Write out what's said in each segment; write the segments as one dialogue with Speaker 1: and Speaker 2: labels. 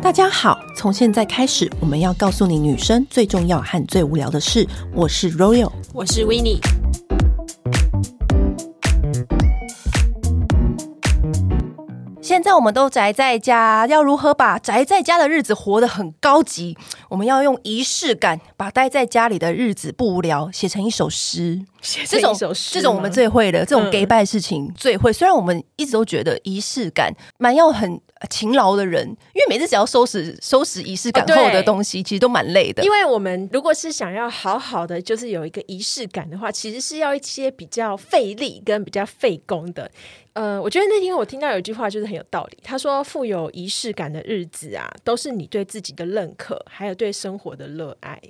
Speaker 1: 大家好，从现在开始，我们要告诉你女生最重要和最无聊的事。我是 Royal，
Speaker 2: 我是 w i n n i e
Speaker 1: 现在我们都宅在家，要如何把宅在家的日子活得很高级？我们要用仪式感，把待在家里的日子不无聊写成一首诗。
Speaker 2: 写
Speaker 1: 这种这种我们最会的，这种
Speaker 2: 嗯
Speaker 1: gay 拜事情最会。虽然我们一直都觉得仪式感蛮要很勤劳的人，因为每次只要收拾收拾仪式感
Speaker 2: 哦对
Speaker 1: 后的东西，其实都蛮累的
Speaker 2: 因。为我们如果是想要好好的，就是有一个仪式感的话，其实是要一些比较费力跟比较费工的。呃，我觉得那天我听到有一句话就是很有道理，他说：“富有仪式感的日子啊，都是你对自己的认可，还有对生活的热爱。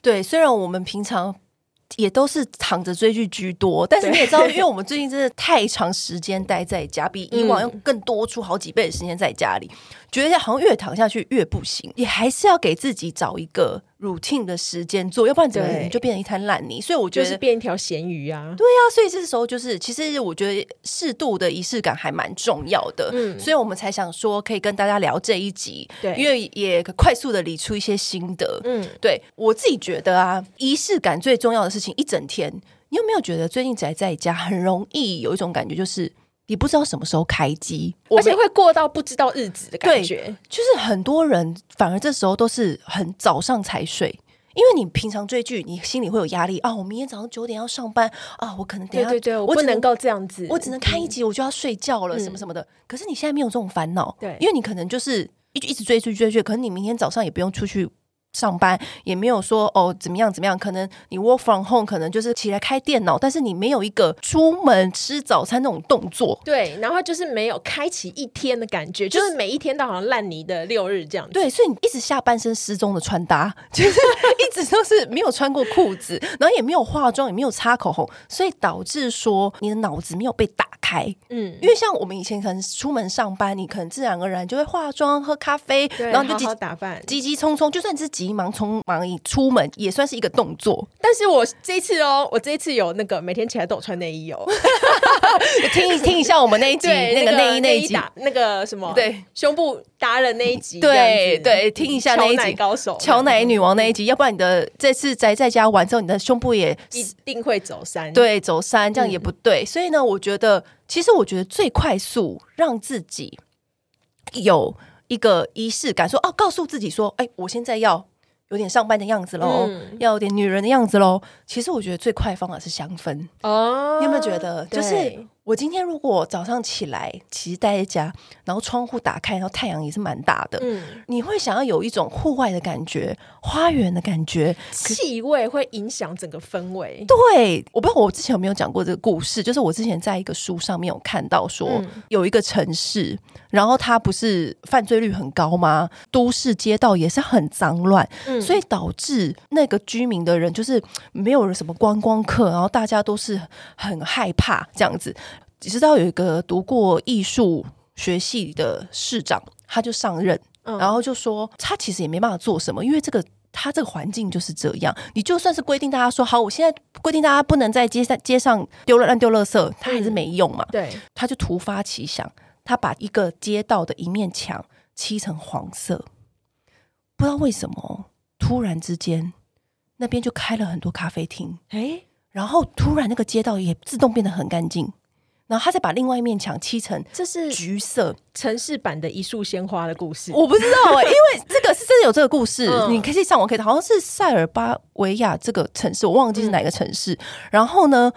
Speaker 1: 对，虽然我们平常。也都是躺着追剧居多，但是你也知道，因为我们最近真的太长时间待在家，比以往
Speaker 2: 嗯
Speaker 1: 要更多出好几倍的时间在家里，觉得好像越躺下去越不行，也还是要给自己找一个 routine 的时间做，要不然整个
Speaker 2: 对
Speaker 1: 人就变成一滩烂泥。所以我”觉
Speaker 2: 就
Speaker 1: 得
Speaker 2: 是变一条咸鱼啊！
Speaker 1: 对啊，所以这时候就是，其实我觉得适度的仪式感还蛮重要的，
Speaker 2: 嗯
Speaker 1: 所以我们才想说可以跟大家聊这一集，
Speaker 2: 对
Speaker 1: 因为也快速的理出一些心得。
Speaker 2: 嗯，
Speaker 1: 对我自己觉得啊，仪式感最重要的事情，一整天，你有没有觉得最近宅在家很容易有一种感觉，就是你不知道什么时候开机，
Speaker 2: 而且
Speaker 1: 没
Speaker 2: 会过到不知道日子的感
Speaker 1: 对
Speaker 2: 觉。
Speaker 1: 就是很多人反而这时候都是很早上才睡。因为你平常追剧，你心里会有压力啊！我明天早上九点要上班啊，我可能等
Speaker 2: 对
Speaker 1: 一下
Speaker 2: 对对，我
Speaker 1: 我
Speaker 2: 不
Speaker 1: 只
Speaker 2: 能够这样子，
Speaker 1: 我只能看一集我就要睡觉了，什么什么的。可是你现在没有这种烦恼，
Speaker 2: 对
Speaker 1: 因为你可能就是一直一直追追追追，可是你明天早上也不用出去。上班也没有说哦怎么样怎么样，可能你 work from home，可能就是起来开电脑，但是你没有一个出门吃早餐那种动作。
Speaker 2: 对，然后就是没有开启一天的感觉，就是每一天都好像烂泥的六日这样子。
Speaker 1: 对，所以你一直下半身失踪的穿搭，就是 一直都是没有穿过裤子，然后也没有化妆，也没有擦口红，所以导致说你的脑子没有被打开。
Speaker 2: 嗯，
Speaker 1: 因为像我们以前可能出门上班，你可能自然而然就会化妆、喝咖啡，
Speaker 2: 对，
Speaker 1: 然后你就
Speaker 2: 好
Speaker 1: 急
Speaker 2: 好打扮。
Speaker 1: 急急匆匆，就算你是急忙匆忙，你出门也算是一个动作。
Speaker 2: 但是我这一次哦，我这一次有那个每天起来都有穿内衣 哦，
Speaker 1: 听 一听一下我们那一集
Speaker 2: 对，
Speaker 1: 那个内衣那
Speaker 2: 内
Speaker 1: 一集，
Speaker 2: 打那个什么，
Speaker 1: 对，
Speaker 2: 胸部达人那一集，这样
Speaker 1: 对
Speaker 2: 子
Speaker 1: 对，听一下那一
Speaker 2: 乔奶
Speaker 1: 集。
Speaker 2: 高手，
Speaker 1: 乔奶女王
Speaker 2: 嗯
Speaker 1: 那一集，要不然你的这次宅在家玩之后，你的胸部也
Speaker 2: 一定会走山，，
Speaker 1: 对走山，这样
Speaker 2: 嗯
Speaker 1: 也不对。所以呢，我觉得其实我觉得最快速让自己有一个仪式感，说哦，告诉自己说，哎，我现在要有点上班的样子喽，
Speaker 2: 嗯
Speaker 1: 要有点女人的样子喽。其实我觉得最快的方法是香氛，
Speaker 2: 哦，
Speaker 1: 你有没有觉得？
Speaker 2: 对
Speaker 1: 就是我今天如果早上起来，其实待在家，然后窗户打开，然后太阳也是蛮大的。
Speaker 2: 嗯，
Speaker 1: 你会想要有一种户外的感觉，花园的感觉，
Speaker 2: 气味会影响整个氛围，
Speaker 1: 对，我不知道我之前有没有讲过这个故事，就是我之前在一个书上面有看到说，
Speaker 2: 嗯
Speaker 1: 有一个城市，然后它不是犯罪率很高吗？都市街道也是很脏乱，
Speaker 2: 嗯
Speaker 1: 所以导致那个居民的人就是没有什么观光客，然后大家都是很害怕这样子。只知道有一个读过艺术学系的市长，他就上任，
Speaker 2: 嗯
Speaker 1: 然后就说他其实也没办法做什么，因为这个。他这个环境就是这样，你就算是规定大家说好，我现在规定大家不能在街上街上丢了乱丢垃圾，他还是没用嘛。
Speaker 2: 对，
Speaker 1: 他就突发奇想，他把一个街道的一面墙漆成黄色，不知道为什么，突然之间那边就开了很多咖啡厅，
Speaker 2: 哎，
Speaker 1: 然后突然那个街道也自动变得很干净，然后他再把另外一面墙漆成
Speaker 2: 这是
Speaker 1: 橘色，
Speaker 2: 城市版的一束鲜花的故事，
Speaker 1: 我不知道哎、因为这个是真的有这个故事，
Speaker 2: 嗯
Speaker 1: 你可以去上网可以，好像是塞尔巴维亚这个城市，我忘记是哪个城市。然后呢，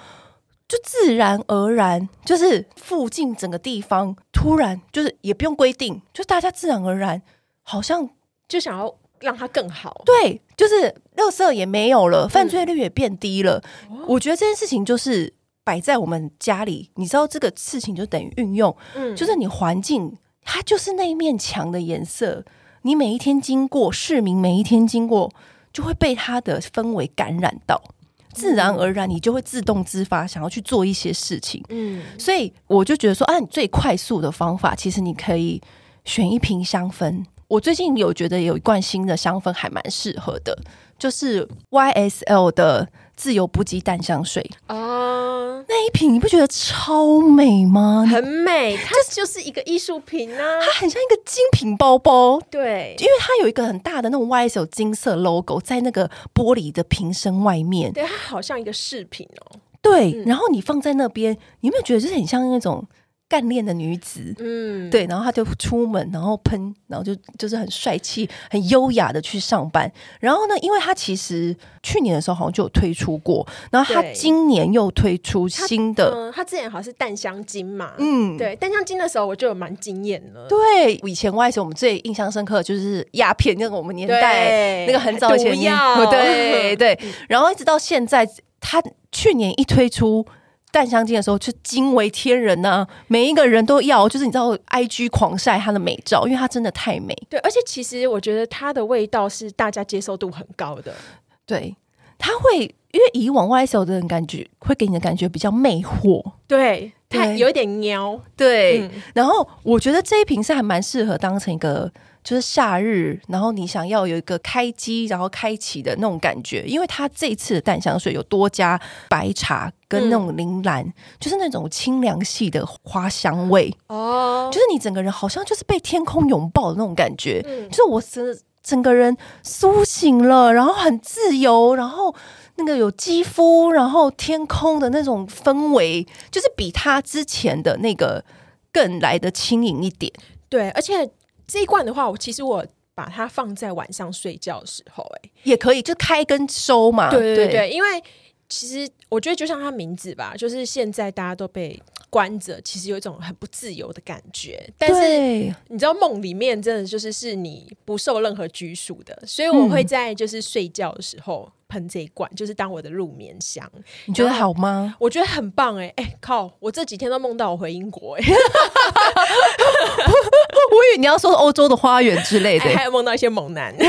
Speaker 1: 就自然而然，就是附近整个地方突然就是也不用规定，就大家自然而然，好像
Speaker 2: 就想要让它更好，
Speaker 1: 对，就是垃圾也没有了，犯罪率也变低了。我觉得这件事情就是摆在我们家里，你知道这个事情就等于运用
Speaker 2: 嗯
Speaker 1: 就是你环境，它就是那一面墙的颜色。你每一天经过，市民每一天经过，就会被它的氛围感染到，自然而然你就会自动自发想要去做一些事情。
Speaker 2: 嗯。
Speaker 1: 所以我就觉得说，啊，你最快速的方法，其实你可以选一瓶香氛。我最近有觉得有一罐新的香氛还蛮适合的，就是 YSL 的自由不羁淡香水，
Speaker 2: 哦，
Speaker 1: 那一瓶你不觉得超美吗？
Speaker 2: 很美，它就是一个艺术品呢、
Speaker 1: 它很像一个精品包包，
Speaker 2: 对
Speaker 1: 因为它有一个很大的那种 YSL 金色 logo 在那个玻璃的瓶身外面，
Speaker 2: 对，它好像一个饰品哦。
Speaker 1: 对，
Speaker 2: 嗯
Speaker 1: 然后你放在那边，你有没有觉得就是很像那种干练的女子？
Speaker 2: 嗯，
Speaker 1: 对，然后她就出门，然后喷，然后就就是很帅气、很优雅的去上班。然后呢，因为她其实去年的时候好像就有推出过，然后她
Speaker 2: 对
Speaker 1: 今年又推出新的，
Speaker 2: 嗯，它之前好像是淡香精嘛，
Speaker 1: 嗯，
Speaker 2: 对，淡香精的时候我就有蛮惊艳了。
Speaker 1: 对。以前 YSL 我们最印象深刻的就是鸦片，那个我们年代那
Speaker 2: 对
Speaker 1: 个很早以前
Speaker 2: 毒
Speaker 1: 你，
Speaker 2: 药， 嗯
Speaker 1: 对对，然后一直到现在，他去年一推出。淡香精的时候就惊为天人呐、每一个人都要，就是你知道，I G 狂晒她的美照，因为她真的太美。
Speaker 2: 对，而且其实我觉得它的味道是大家接受度很高的，
Speaker 1: 对，她会因为以往 YSL 的人感觉会给你的感觉比较魅惑，
Speaker 2: 对，它
Speaker 1: 对
Speaker 2: 有一点喵，
Speaker 1: 对
Speaker 2: 嗯
Speaker 1: 然后我觉得这一瓶是还蛮适合当成一个就是夏日，然后你想要有一个开机然后开启的那种感觉，因为它这一次的淡香水有多加白茶跟那
Speaker 2: 嗯
Speaker 1: 种铃兰，就是那种清凉系的花香味，
Speaker 2: 哦
Speaker 1: 就是你整个人好像就是被天空拥抱的那种感觉，
Speaker 2: 嗯
Speaker 1: 就是我整整个人苏醒了，然后很自由，然后那个有肌肤，然后天空的那种氛围，就是比他之前的那个更来的轻盈一点。
Speaker 2: 对，而且这一罐的话，我其实我把它放在晚上睡觉的时候、哎、
Speaker 1: 也可以，就开跟收嘛。
Speaker 2: 对对对，因为其实我觉得就像它名字吧，就是现在大家都被关着，其实有一种很不自由的感觉，但是
Speaker 1: 对
Speaker 2: 你知道梦里面真的就是是你不受任何拘束的，所以我
Speaker 1: 嗯
Speaker 2: 会在就是睡觉的时候喷这一罐，就是当我的入眠香，
Speaker 1: 你觉得好吗？
Speaker 2: 我觉得很棒哎、哎、靠！我这几天都梦到我回英国哎、
Speaker 1: 我以为你要说欧洲的花园之 类的，
Speaker 2: 还有梦到一些猛男，
Speaker 1: 所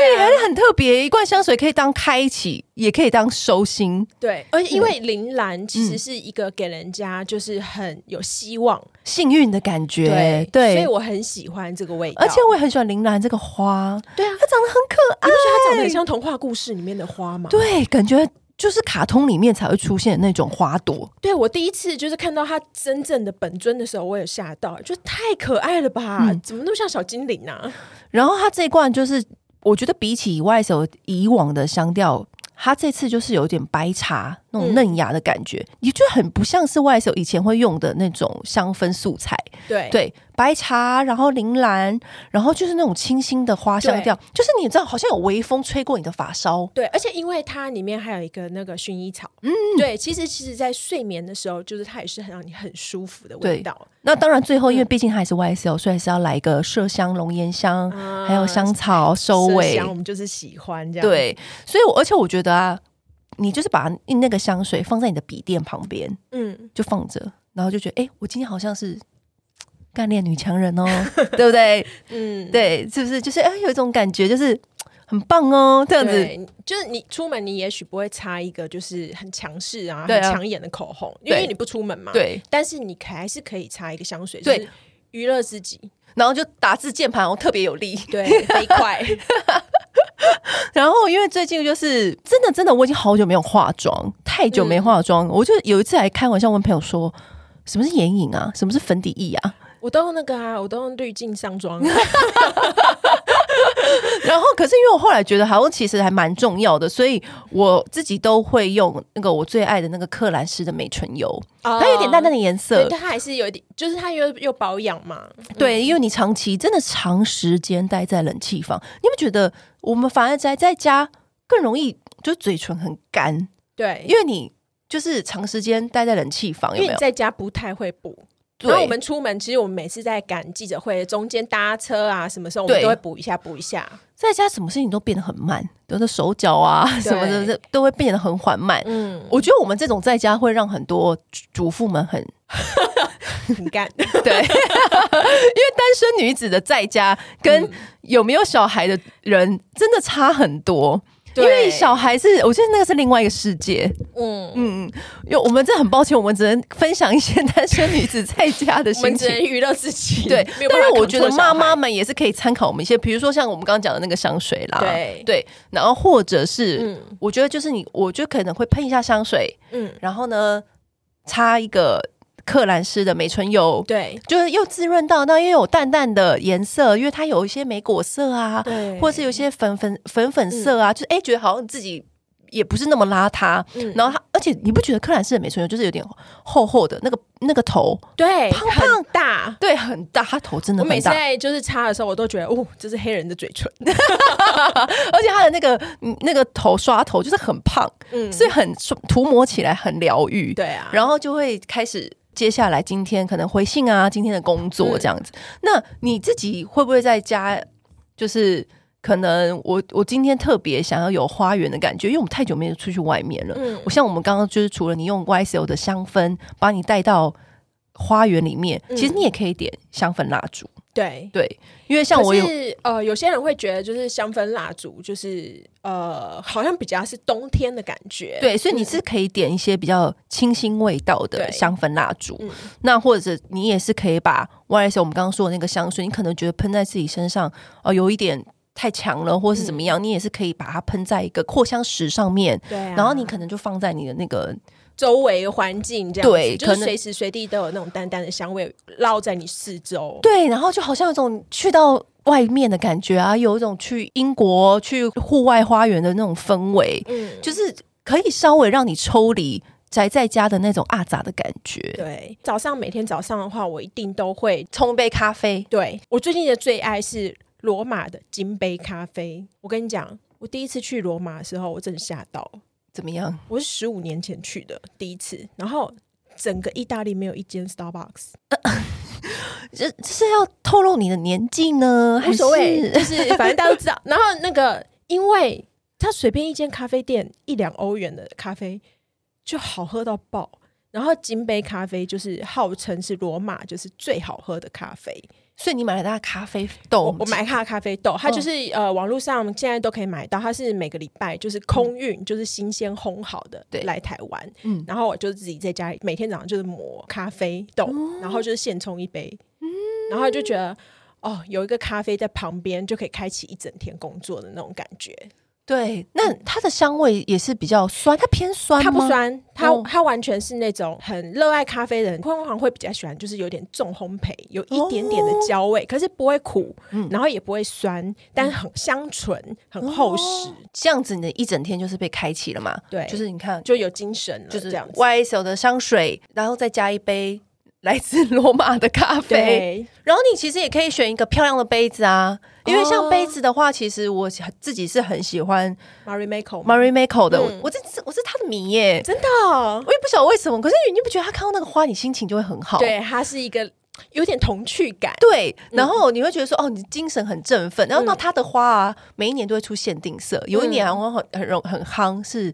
Speaker 2: 对
Speaker 1: 以
Speaker 2: 啊
Speaker 1: 还是很特别。一罐香水可以当开启，也可以当收心，
Speaker 2: 对，而且因为
Speaker 1: 嗯
Speaker 2: 铃兰其实是一个给人家就是很有希望，
Speaker 1: 幸运的感觉。
Speaker 2: 对，所以我很喜欢这个味道，
Speaker 1: 而且我也很喜欢铃兰这个花，
Speaker 2: 对啊，
Speaker 1: 它长得很可爱
Speaker 2: 你不。觉得它长得很像童话故事里面的花吗？
Speaker 1: 对，感觉就是卡通里面才会出现的那种花朵。
Speaker 2: 对我第一次就是看到它真正的本尊的时候，我也吓到，就太可爱了吧？
Speaker 1: 嗯
Speaker 2: 怎么那么像小精灵 啊？
Speaker 1: 然后它这一罐就是，我觉得比起 YSL 以往的香调。它这次就是有点白茶那
Speaker 2: 嗯
Speaker 1: 种嫩芽的感觉，也就很不像是 YSL 以前会用的那种香氛素材。
Speaker 2: 对
Speaker 1: 对，白茶，然后铃兰，然后就是那种清新的花香调，就是你知道，好像有微风吹过你的发梢。
Speaker 2: 对而且因为它里面还有一个那个薰衣草，嗯，对，其实其实在睡眠的时候，就是它也是很让你很舒服的味
Speaker 1: 对
Speaker 2: 道，
Speaker 1: 那当然，最后
Speaker 2: 嗯
Speaker 1: 因为毕竟它还是 YSL，所以还是要来一个麝香、龙涎香，
Speaker 2: 啊
Speaker 1: 还有香草收
Speaker 2: 麝
Speaker 1: 尾。
Speaker 2: 香我们就是喜欢这样，
Speaker 1: 对，所以我而且我觉得啊，你就是把那个香水放在你的笔电旁边
Speaker 2: 嗯，
Speaker 1: 就放着，然后就觉得，哎、我今天好像是干练女强人哦，对不对？
Speaker 2: 嗯嗯，
Speaker 1: 对，是不是？就是哎、有一种感觉，就是很棒哦，这样子。
Speaker 2: 对，就是你出门，你也许不会擦一个就是很强势啊、
Speaker 1: 对
Speaker 2: 很
Speaker 1: 啊
Speaker 2: 抢眼的口红，因为
Speaker 1: 对
Speaker 2: 你不出门嘛。，
Speaker 1: 对，
Speaker 2: 但是你还是可以擦一个香水，就
Speaker 1: 对
Speaker 2: 是娱乐 自己，
Speaker 1: 然后就打字键盘哦特别有力。
Speaker 2: 对，飞快，
Speaker 1: 然后因为最近就是真的真的，我已经好久没有化妆，太久
Speaker 2: 嗯
Speaker 1: 没化妆了，我就有一次还开玩笑问朋友说，什么是眼影啊？什么是粉底液啊？
Speaker 2: 我都用那个啊，我都用滤镜上妆，啊
Speaker 1: 然后，可是因为我后来觉得好像其实还蛮重要的，所以我自己都会用那个我最爱的那个克兰诗的美唇油，它
Speaker 2: 它
Speaker 1: 有点淡淡
Speaker 2: 的
Speaker 1: 的颜色
Speaker 2: 哦对，。它还是有一点，就是它又又保养嘛，
Speaker 1: 对，因为你长期真的长时间待在冷气房，你不觉得我们反而宅在家更容易就嘴唇很干，
Speaker 2: 对，
Speaker 1: 因为你就是长时间待在冷气房，
Speaker 2: 因
Speaker 1: 有
Speaker 2: 为
Speaker 1: 没
Speaker 2: 你
Speaker 1: 有？
Speaker 2: 在家不太会补。
Speaker 1: 对
Speaker 2: 然后我们出门，其实我们每次在赶记者会中间搭车啊，什么时候我们
Speaker 1: 对
Speaker 2: 都会补一下补一下。
Speaker 1: 在家什么事情都变得很慢，有的手脚啊什么的
Speaker 2: 对
Speaker 1: 都会变得很缓慢。
Speaker 2: 嗯，
Speaker 1: 我觉得我们这种在家会让很多主妇们很
Speaker 2: 很干。
Speaker 1: 对，因为单身
Speaker 2: 嗯
Speaker 1: 女子的在家跟有没有小孩的人真的差很多。 因
Speaker 2: 对
Speaker 1: 为小孩是，我觉得那个是另外一个世界。
Speaker 2: 嗯，
Speaker 1: 嗯，因为我们这很抱歉，我们只能分享一些单身女子在家的
Speaker 2: 我
Speaker 1: 心
Speaker 2: 们只能
Speaker 1: 情。
Speaker 2: 娱乐自己。
Speaker 1: 对，
Speaker 2: 没有
Speaker 1: 但
Speaker 2: 办法
Speaker 1: 是我觉得
Speaker 2: control 小
Speaker 1: 妈
Speaker 2: 孩
Speaker 1: 妈们也是可以参考我们一些，比如说像我们刚刚讲的那个香水啦，
Speaker 2: 对
Speaker 1: 然后或者是、
Speaker 2: 嗯
Speaker 1: 我觉得就是你，我觉得可能会喷一下香水，
Speaker 2: 嗯，
Speaker 1: 然后呢擦一个克兰诗的美唇油，
Speaker 2: 对
Speaker 1: 就是又滋润到，那又有淡淡的颜色，因为它有一些莓果色啊，
Speaker 2: 对，
Speaker 1: 或是有一些粉粉粉粉色啊，就是哎、觉得好像自己也不是那么邋遢。
Speaker 2: 嗯
Speaker 1: 然后它，而且你不觉得克兰氏的美唇油就是有点厚厚的那个那个头，
Speaker 2: 对
Speaker 1: 胖胖
Speaker 2: 很大。
Speaker 1: 对，很大，它头真的
Speaker 2: 我
Speaker 1: 很
Speaker 2: 每次
Speaker 1: 大，
Speaker 2: 在就是擦的时候，我都觉得哦，这是黑人的嘴唇。
Speaker 1: 而且它的那个嗯那个头刷头就是很胖，
Speaker 2: 嗯，
Speaker 1: 所以很涂抹起来很疗愈。
Speaker 2: 对啊，
Speaker 1: 然后就会开始接下来今天可能回信啊，今天的工
Speaker 2: 嗯
Speaker 1: 作这样子。那你自己会不会在家，就是可能我我今天特别想要有花园的感觉，因为我们太久没有出去外面了。
Speaker 2: 嗯
Speaker 1: 我像我们刚刚就是除了你用 YSL 的香氛把你带到花园里面，
Speaker 2: 嗯
Speaker 1: 其实你也可以点香氛蜡烛，
Speaker 2: 对。
Speaker 1: 对，因为像我
Speaker 2: 可
Speaker 1: 有。
Speaker 2: 是呃，有些人会觉得就是香氛蜡烛，就是呃，好像比较是冬天的感觉。嗯
Speaker 1: 对，所以你是可以点一些比较清新味道的
Speaker 2: 对
Speaker 1: 香氛蜡烛，
Speaker 2: 嗯
Speaker 1: 那或者你也是可以把 YSL 我们刚刚说的那个香水，你可能觉得喷在自己身上哦、有一点太强了，或是
Speaker 2: 嗯
Speaker 1: 怎么样，你也是可以把它喷在一个扩香石上面，
Speaker 2: 对啊，
Speaker 1: 然后你可能就放在你的那个
Speaker 2: 周围环境这样子，
Speaker 1: 对
Speaker 2: 就
Speaker 1: 可
Speaker 2: 是
Speaker 1: 能
Speaker 2: 随时随地都有那种淡淡的香味绕在你四周。
Speaker 1: 对，然后就好像有种去到。外面的感觉啊，有一种去英国去户外花园的那种氛围，
Speaker 2: 嗯，
Speaker 1: 就是可以稍微让你抽离宅在家的那种阿杂的感觉。
Speaker 2: 对。早上每天早上的话，我一定都会
Speaker 1: 冲一杯咖啡，
Speaker 2: 对我最近的最爱是罗马的金杯咖啡。我跟你讲，我第一次去罗马的时候，我真的吓到。
Speaker 1: 怎么样？
Speaker 2: 我是十五年前去的第一次，然后整个意大利没有一间 Starbucks，
Speaker 1: 这这是要透露你的年纪呢，还
Speaker 2: 无
Speaker 1: 是
Speaker 2: 所谓， 就是反正大家都知道。然后那个，因为他随便一间咖啡店一两欧元的咖啡就好喝到爆。然后金杯咖啡就是号称是罗马就是最好喝的咖啡，
Speaker 1: 所以你买了它咖啡豆，嗯
Speaker 2: 我我买它的咖啡豆，它就是、呃网络上现在都可以买到，它是每个礼拜就是空运，就是新鲜烘好的
Speaker 1: 嗯对
Speaker 2: 来台湾，
Speaker 1: 嗯
Speaker 2: 然后我就自己在家里每天早上就是磨咖啡豆，
Speaker 1: 哦
Speaker 2: 然后就是现冲一杯，
Speaker 1: 嗯
Speaker 2: 然后就觉得。哦，有一个咖啡在旁边就可以开启一整天工作的那种感觉。
Speaker 1: 对，那它的香味也是比较酸，它偏啊酸吗？
Speaker 2: 嗯它不酸，它、
Speaker 1: 哦
Speaker 2: 它完全是那种很热爱咖啡的人，通常会比较喜欢，就是有点重烘焙，有一点点的
Speaker 1: 哦
Speaker 2: 焦味，可是不会苦，
Speaker 1: 嗯
Speaker 2: 然后也不会酸，但是很香醇，很厚实，
Speaker 1: 哦这样子你的一整天就是被开启了嘛？
Speaker 2: 对
Speaker 1: 就是你看，
Speaker 2: 就有精神了，
Speaker 1: 就是
Speaker 2: 这样子。
Speaker 1: YSL 的香水，然后再加一杯来自罗马的咖啡，
Speaker 2: 对，
Speaker 1: 然后你其实也可以选一个漂亮的杯子啊。因为像
Speaker 2: 哦
Speaker 1: 杯子的话，其实我自己是很喜欢
Speaker 2: Marie Michael
Speaker 1: m a r i m a c o 的，我
Speaker 2: 嗯
Speaker 1: 我这我是他的迷耶，
Speaker 2: 真的哦，
Speaker 1: 我也不晓得为什么，可是你不觉得他看到那个花，你心情就会很好？
Speaker 2: 对，嗯它是一个有点童趣感，
Speaker 1: 对，然后你会觉得说，哦，你精神很振
Speaker 2: 嗯
Speaker 1: 奋。然后那它的花啊，每一年都会出限定色，有一年好像很很容很夯是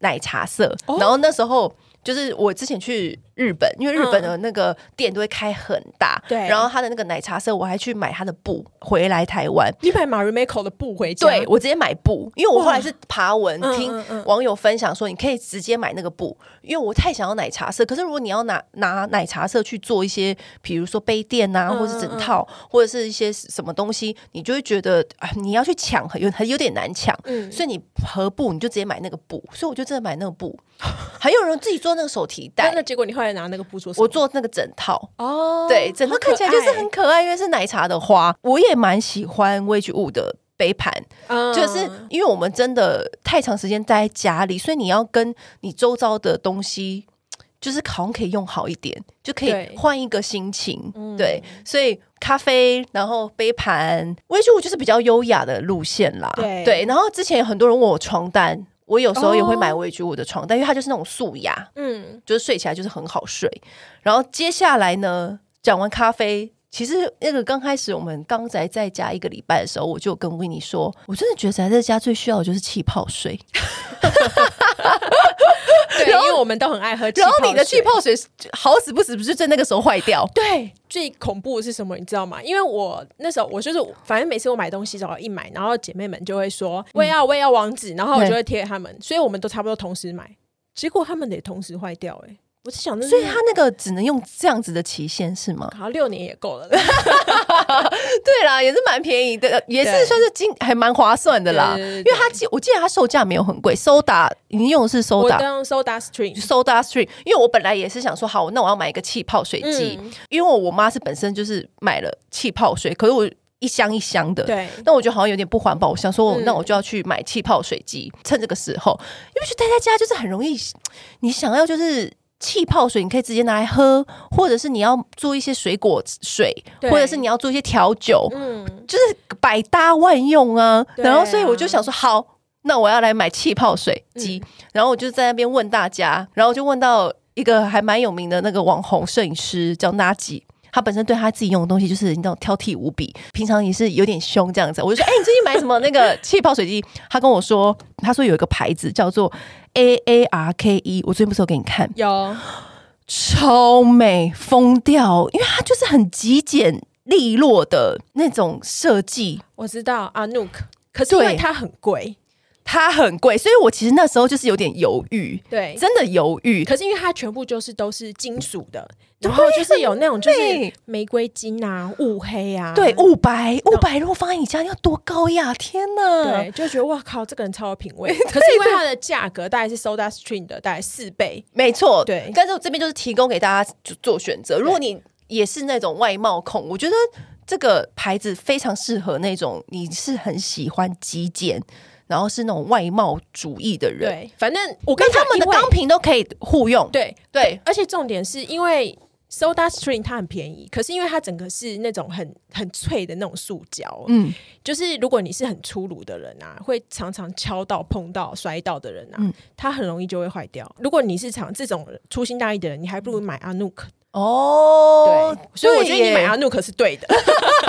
Speaker 1: 奶茶色。
Speaker 2: 哦
Speaker 1: 然后那时候就是我之前去日本，因为日本的那个店都会开很大，
Speaker 2: 嗯对
Speaker 1: 然后它的那个奶茶色，我还去买它的布回来台湾。
Speaker 2: 你买 Marie Michael 的布回家，
Speaker 1: 对，我直接买布，因为我后来是爬文
Speaker 2: 嗯
Speaker 1: 听
Speaker 2: 嗯嗯
Speaker 1: 网友分享说，你可以直接买那个布，因为我太想要奶茶色。可是如果你要拿拿奶茶色去做一些，比如说杯垫啊，
Speaker 2: 嗯
Speaker 1: 或是整套，或者是一些什么东西，你就会觉得啊，你要去抢很有很有点难抢。
Speaker 2: 嗯，
Speaker 1: 所以你合布你就直接买那个布，所以我就真的买那个布， 还有人自己做那个手提
Speaker 2: 但
Speaker 1: 袋
Speaker 2: 那，结果你后来拿那个布做什么？
Speaker 1: 我做那个整套，
Speaker 2: 哦，
Speaker 1: 对，整
Speaker 2: 好
Speaker 1: 个
Speaker 2: 可
Speaker 1: 看起来就是
Speaker 2: 爱
Speaker 1: 很可爱，因为是奶茶的花，我也蛮喜欢 w e d g e w o o 的杯盘，
Speaker 2: 嗯
Speaker 1: 就是因为我们真的太长时间待在家里，所以你要跟你周遭的东西，就是好像可以用好一点，就可以
Speaker 2: 对嗯
Speaker 1: 换一个心情。对，所以咖啡，然后杯盘，微我就是比较优雅的路线啦。
Speaker 2: 对
Speaker 1: 然后之前有很多人问我床单，我有时候也会
Speaker 2: 哦
Speaker 1: 买微居我的床单，因为它就是那种素雅，
Speaker 2: 嗯
Speaker 1: 就是睡起来就是很好睡。然后接下来呢，讲完咖啡。其实那个刚开始我们刚才在家一个礼拜的时候，我就跟维尼说，我真的觉得宅在家最需要的就是气泡水。
Speaker 2: 对，因为我们都很爱喝 气
Speaker 1: 然
Speaker 2: 泡
Speaker 1: 后
Speaker 2: 水。
Speaker 1: 你的气泡水嗯好死不死不是在那个时候坏掉，
Speaker 2: 对，最恐怖的是什么？你知道吗？因为我那时候我就是，反正每次我买东西，只要一买，然后姐妹们就会说我也要，我也要网址，然后我
Speaker 1: 嗯对
Speaker 2: 就会贴给他们，所以我们都差不多同时买，结果他们得同时坏掉、欸。哎，我只想，
Speaker 1: 所以它那个只能用这样子的期限是吗？
Speaker 2: 好像六年也够 了，
Speaker 1: 对啦，也是蛮便宜的，也
Speaker 2: 对
Speaker 1: 是算是经还蛮划算的啦。
Speaker 2: 对对对
Speaker 1: 因为它记我记得它售价没有很贵，Soda 你用的是
Speaker 2: 我
Speaker 1: Soda。
Speaker 2: 当 Soda Stream。
Speaker 1: Soda Stream，因为我本来也是想说，好，那我要买一个气泡水机，
Speaker 2: 嗯
Speaker 1: 因为我妈是本身就是买了气泡水，可是我一箱一箱的，
Speaker 2: 对，
Speaker 1: 那我觉得好像有点不环保，我想说，
Speaker 2: 嗯
Speaker 1: 那我就要去买气泡水机，趁这个时候，因为就待在家就是很容易，你想要就是气泡水，你可以直接拿来喝，或者是你要做一些水果水，
Speaker 2: 对
Speaker 1: 或者是你要做一些调酒，
Speaker 2: 嗯，
Speaker 1: 就是百搭万用啊。
Speaker 2: 对啊
Speaker 1: 然后，所以我就想说，好，那我要来买气泡水机，
Speaker 2: 嗯
Speaker 1: 然后我就在那边问大家，然后就问到一个还蛮有名的那个网红摄影师叫 n a g 他本身对他自己用的东西就是你知道挑剔无比，平常也是有点凶这样子。我就说，哎、你最近买什么那个气泡水机？他跟我说，他说有一个牌子叫做 A A R K E，我最近不是有给你看，
Speaker 2: 有
Speaker 1: 超美，疯掉，因为它就是很极简利落的那种设计。
Speaker 2: 我知道啊 n o k 可是因为
Speaker 1: 对
Speaker 2: 它很贵，
Speaker 1: 它很贵，所以我其实那时候就是有点犹豫，
Speaker 2: 对，
Speaker 1: 真的犹豫。
Speaker 2: 可是因为它全部就是都是金属的，然后就是有那种就
Speaker 1: 对
Speaker 2: 是玫瑰金啊、雾黑啊，
Speaker 1: 对，雾白，雾白如果放在你家要多高呀！天哪，
Speaker 2: 对，就觉得哇靠，这个人超有品 味。可是因为它的价格大概是 Soda Stream 的大概四倍，
Speaker 1: 没错，
Speaker 2: 对
Speaker 1: 但是我这边就是提供给大家就做选择。如果你也是那种外貌控，我觉得这个牌子非常适合那种你是很喜欢极简，然后是那种外貌主义的人。
Speaker 2: 对，反正我
Speaker 1: 我跟
Speaker 2: 跟
Speaker 1: 他们的钢瓶都可以互用。
Speaker 2: 对，
Speaker 1: 对，
Speaker 2: 而且重点是因为 Soda Stream 它很便宜，可是因为它整个是那种很很脆的那种塑胶，
Speaker 1: 嗯，
Speaker 2: 就是如果你是很粗鲁的人啊，会常常敲到、碰到、摔到的人啊，
Speaker 1: 嗯
Speaker 2: 它很容易就会坏掉。如果你是常这种粗心大意的人，你还不如买 Anook。
Speaker 1: 哦
Speaker 2: 对，，所以我觉得你
Speaker 1: 对
Speaker 2: 买
Speaker 1: 耶
Speaker 2: Anook 是对的，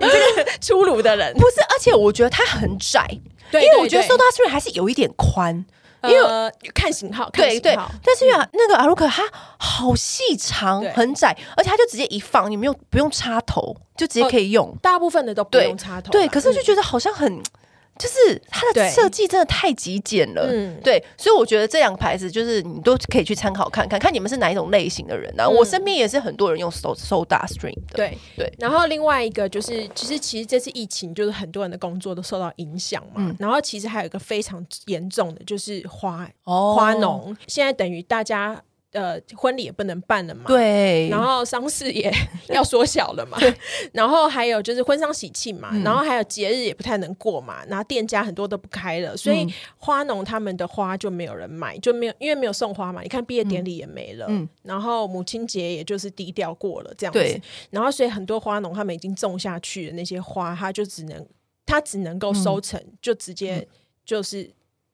Speaker 2: 你这个粗鲁的人。
Speaker 1: 不是，而且我觉得它很窄，
Speaker 2: 对
Speaker 1: 因为我觉得
Speaker 2: 对对
Speaker 1: Soda Stream 还是有一点宽。
Speaker 2: 因为、呃、看型号，看
Speaker 1: 对
Speaker 2: 型
Speaker 1: 对
Speaker 2: 号，
Speaker 1: 但是因为啊那个阿鲁克它好细长
Speaker 2: 嗯对，
Speaker 1: 很窄，而且它就直接一放，你没有不用插头，就直接可以用。
Speaker 2: 大部分的都不
Speaker 1: 对
Speaker 2: 用插哦头啦。
Speaker 1: 对，可是
Speaker 2: 嗯
Speaker 1: 就觉得好像很，就是它的
Speaker 2: 对
Speaker 1: 设计真的太极简了。
Speaker 2: 嗯
Speaker 1: 对，所以我觉得这两个牌子就是你都可以去参考看看，看你们是哪一种类型的人啊。
Speaker 2: 嗯
Speaker 1: 我身边也是很多人用 So Soda Stream 的，
Speaker 2: 对
Speaker 1: 对
Speaker 2: 然后另外一个就是，其实其实这次疫情，就是很多人的工作都受到影响嘛。
Speaker 1: 嗯
Speaker 2: 然后其实还有一个非常严重的，就是花
Speaker 1: 哦
Speaker 2: 花，农，现在等于大家呃婚礼也不能办了嘛。。
Speaker 1: 对，
Speaker 2: 然后丧事也 要缩小了嘛，然后还有就是婚丧喜庆
Speaker 1: 嗯
Speaker 2: 嘛，然后还有节日也不太能过嘛，然后店家很多都不开
Speaker 1: 嗯
Speaker 2: 了，所以花农他们的花就没有人买，就没有因为没有送花嘛，你看毕业典礼也没了，
Speaker 1: 嗯
Speaker 2: 然后母亲节也就是低调过了这样子
Speaker 1: 对，
Speaker 2: 然后所以很多花农他们已经种下去的那些花，它就只能它只能
Speaker 1: 嗯
Speaker 2: 够收成，就直接就是